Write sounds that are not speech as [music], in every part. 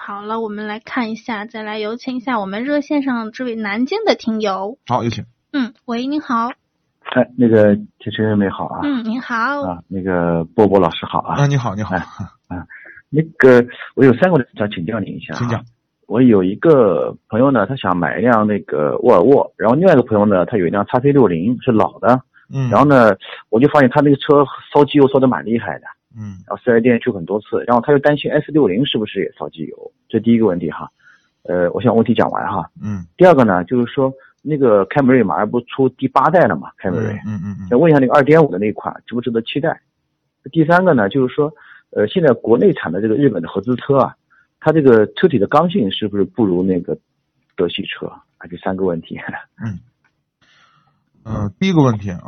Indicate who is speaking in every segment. Speaker 1: 好了，我们来看一下，再来有请一下我们热线上这位南京的听友。
Speaker 2: 好，有请。
Speaker 1: 嗯，喂，您好。
Speaker 3: 哎，那个主持人美好啊。
Speaker 1: 嗯，您好。
Speaker 3: 啊，那个波波老师好啊。
Speaker 2: 啊，你好，你好。
Speaker 3: 哎那个我有三个问题想请教您一下、啊。
Speaker 2: 请讲。
Speaker 3: 我有一个朋友呢，他想买一辆那个沃尔沃，然后另外一个朋友呢，他有一辆叉 C 六零是老的，
Speaker 2: 嗯。
Speaker 3: 然后呢，我就发现他那个车烧机油烧的蛮厉害的，
Speaker 2: 嗯，
Speaker 3: 然后四 S 店去很多次，然后他又担心 S 六零是不是也烧机油，这第一个问题哈。呃，我想问题讲完哈。
Speaker 2: 嗯
Speaker 3: 第二个呢，就是说那个凯美瑞马上不出第八代了嘛，凯美瑞。
Speaker 2: 嗯嗯嗯嗯
Speaker 3: 想问一下那个二点五的那一款值不值得期待？第三个呢，就是说，呃，现在国内产的这个日本的合资车啊，它这个车体的刚性是不是不如那个德系车啊？这三个问题。
Speaker 2: 嗯。呃，第一个问题啊，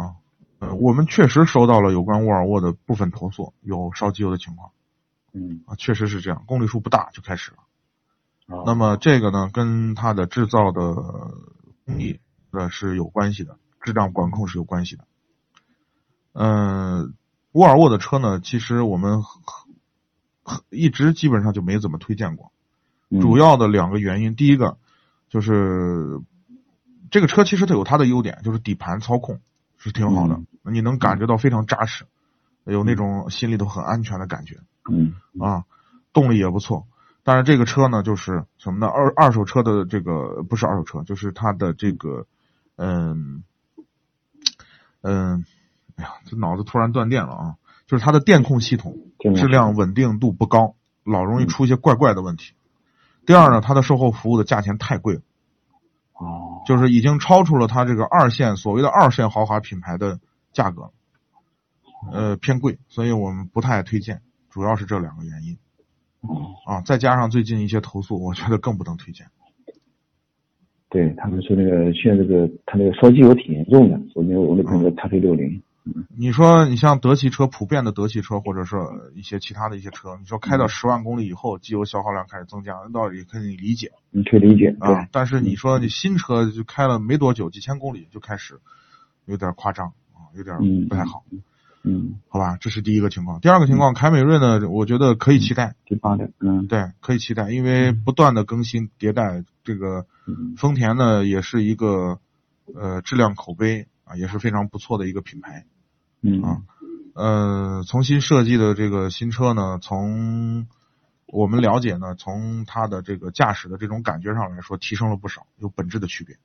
Speaker 2: 呃，我们确实收到了有关沃尔沃的部分投诉，有烧机油的情况
Speaker 3: 嗯，
Speaker 2: 啊，确实是这样，公里数不大就开始了。
Speaker 3: 哦
Speaker 2: 那么这个呢，跟它的制造的工艺呃是有关系的，质量管控是有关系的。嗯，沃尔沃的车呢，其实我们很很一直基本上就没怎么推荐过，
Speaker 3: 嗯
Speaker 2: 主要的两个原因，第一个就是这个车其实它有它的优点，就是底盘操控是挺好的，你能感觉到非常扎实，有那种心里头很安全的感觉。
Speaker 3: 嗯
Speaker 2: 啊，动力也不错。但是这个车呢，就是什么呢？二二手车的这个不是二手车，就是它的这个，嗯，嗯，哎呀，这脑子突然断电了啊！就是它的电控系统
Speaker 3: 电控
Speaker 2: 质
Speaker 3: 系统
Speaker 2: 量稳定度不高，老容易出一些怪怪的问题。第二呢，它的售后服务的价钱太贵了，
Speaker 3: 哦
Speaker 2: 就是已经超出了它这个二线所谓的二线豪华品牌的价格了，呃，偏贵，所以我们不太推荐，主要是这两个原因。
Speaker 3: 哦，
Speaker 2: 啊，再加上最近一些投诉，我觉得更不能推荐。
Speaker 3: 对他们说那个现在这个它那个烧机油挺严重的，我那个我那
Speaker 2: 嗯
Speaker 3: 朋友叉 C 六零，
Speaker 2: 你说，你像德系车，普遍的德系车或者是一些其他的一些车，你说开到十万公里以后，机油消耗量开始增加，那道理可以理解
Speaker 3: 你可以理解对嗯
Speaker 2: 啊。但是你说你新车就开了没多久，几千公里就开始有点夸张啊，有点不太好，
Speaker 3: 嗯，
Speaker 2: 好吧？这是第一个情况。第二个情况，凯美瑞呢，我觉得可以期待，
Speaker 3: 第八代，嗯
Speaker 2: 对，可以期待，因为不断的更新迭代，这个
Speaker 3: 嗯
Speaker 2: 丰田呢也是一个呃质量口碑啊也是非常不错的一个品牌。
Speaker 3: 嗯
Speaker 2: 啊呃，从新设计的这个新车呢，从我们了解呢，从它的这个驾驶的这种感觉上来说，提升了不少，有本质的区别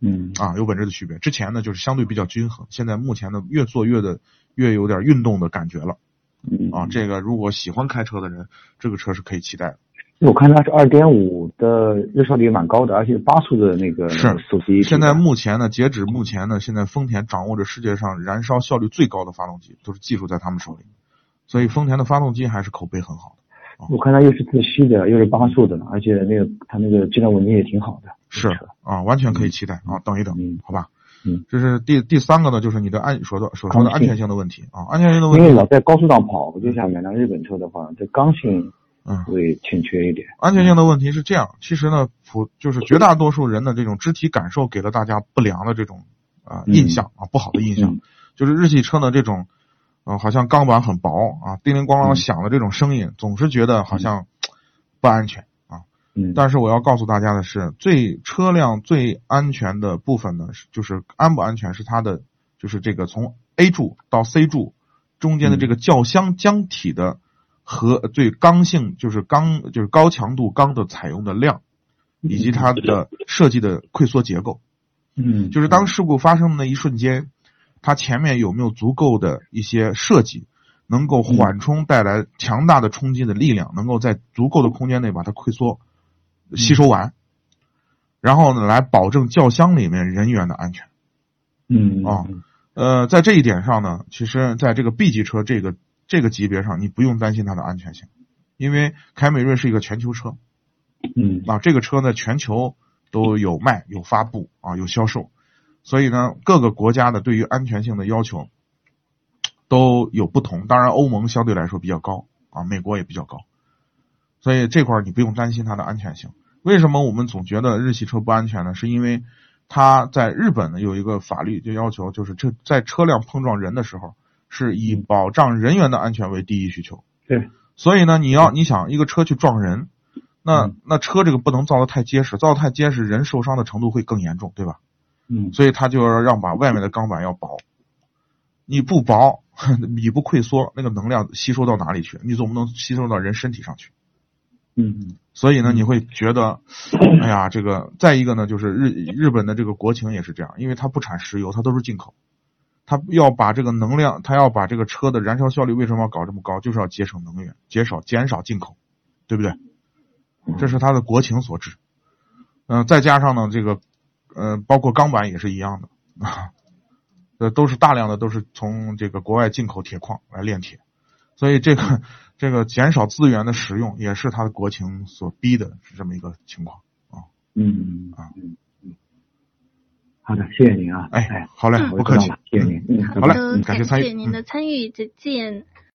Speaker 3: 嗯
Speaker 2: 啊，有本质的区别。之前呢就是相对比较均衡，现在目前呢越做越的越有点运动的感觉了
Speaker 3: 嗯
Speaker 2: 啊。这个如果喜欢开车的人，这个车是可以期待的。
Speaker 3: 我看它是二点五的热效率蛮高的，而且八速的那个
Speaker 2: 是
Speaker 3: 手机。
Speaker 2: 现在目前呢，截止目前呢，现在丰田掌握着世界上燃烧效率最高的发动机，都是技术在他们手里，所以丰田的发动机还是口碑很好的。
Speaker 3: 我看它又是自吸的，又是八速的，而且那个它那个质量稳定也挺好的。
Speaker 2: 是
Speaker 3: 这车
Speaker 2: 啊，完全可以期待啊，等一等
Speaker 3: 嗯，
Speaker 2: 好吧。
Speaker 3: 嗯，
Speaker 2: 这是第第三个呢，就是你的安所的所说的
Speaker 3: 刚性
Speaker 2: 安全性的问题啊，安全性的问
Speaker 3: 因为
Speaker 2: 题，
Speaker 3: 老在高速上跑，我就想买辆日本车的话，这刚性
Speaker 2: 嗯，
Speaker 3: 会欠缺一点。
Speaker 2: 安全性的问题是这样，其实呢，普就是绝大多数人的这种肢体感受给了大家不良的这种啊、
Speaker 3: 嗯
Speaker 2: 印象啊，不好的印象
Speaker 3: 嗯，
Speaker 2: 就是日系车呢这种，呃，好像钢板很薄啊，叮铃咣啷
Speaker 3: 嗯
Speaker 2: 响的这种声音，总是觉得好像不安全啊。
Speaker 3: 嗯，
Speaker 2: 但是我要告诉大家的是，最车辆最安全的部分呢，是就是安不安全是它的，就是这个从 A 柱到 C 柱中间的这个轿厢浆体的和对刚性，就是钢就是高强度钢的采用的量，以及它的设计的溃缩结构，
Speaker 3: 嗯，
Speaker 2: 就是当事故发生的那一瞬间，它前面有没有足够的一些设计。能够缓冲带来强大的冲击的力量，能够在足够的空间内把它溃缩、吸收完，然后呢，来保证轿厢里面人员的安全。
Speaker 3: 嗯
Speaker 2: 啊
Speaker 3: 嗯
Speaker 2: 呃，在这一点上呢，其实在这个 B 级车这个这个级别上，你不用担心它的安全性，因为凯美瑞是一个全球车
Speaker 3: 嗯
Speaker 2: 啊，这个车呢全球都有卖、有发布啊、有销售，所以呢，各个国家的对于安全性的要求都有不同。当然，欧盟相对来说比较高啊，美国也比较高，所以这块儿你不用担心它的安全性。为什么我们总觉得日系车不安全呢？是因为它在日本呢有一个法律就要求，就是这在车辆碰撞人的时候，是以保障人员的安全为第一需求。
Speaker 3: 对，
Speaker 2: 所以呢，你要你想一个车去撞人，那
Speaker 3: 嗯
Speaker 2: 那车这个不能造的太结实，造的太结实，人受伤的程度会更严重，对吧？
Speaker 3: 嗯
Speaker 2: 所以他就要让把外面的钢板要薄，你不薄， [laughs] 你不溃缩，那个能量吸收到哪里去？你总不能吸收到人身体上去。
Speaker 3: 嗯
Speaker 2: 所以呢，
Speaker 3: 嗯
Speaker 2: 你会觉得，哎呀，这个再一个呢，就是日日本的这个国情也是这样，因为它不产石油，它都是进口，它要把这个能量，它要把这个车的燃烧效率为什么要搞这么高，就是要节省能源，减少减少进口，对不对？这是它的国情所致。嗯、再加上呢，这个，呃，包括钢板也是一样的啊，呃，都是大量的都是从这个国外进口铁矿来炼铁，所以这
Speaker 3: 嗯
Speaker 2: 个这个减少资源的使用也是它的国情所逼的，是这么一个情况。
Speaker 3: 嗯
Speaker 2: 啊
Speaker 3: 嗯嗯，好的，谢谢您啊，
Speaker 2: 哎，好嘞，
Speaker 3: 我
Speaker 2: 不
Speaker 3: 也
Speaker 2: 客
Speaker 3: 知道
Speaker 2: 气
Speaker 3: 了，谢谢您，嗯，
Speaker 1: 好
Speaker 2: 好嘞
Speaker 1: 的，
Speaker 2: 嗯感谢
Speaker 1: 感
Speaker 2: 参与
Speaker 1: 谢您的参与，再见。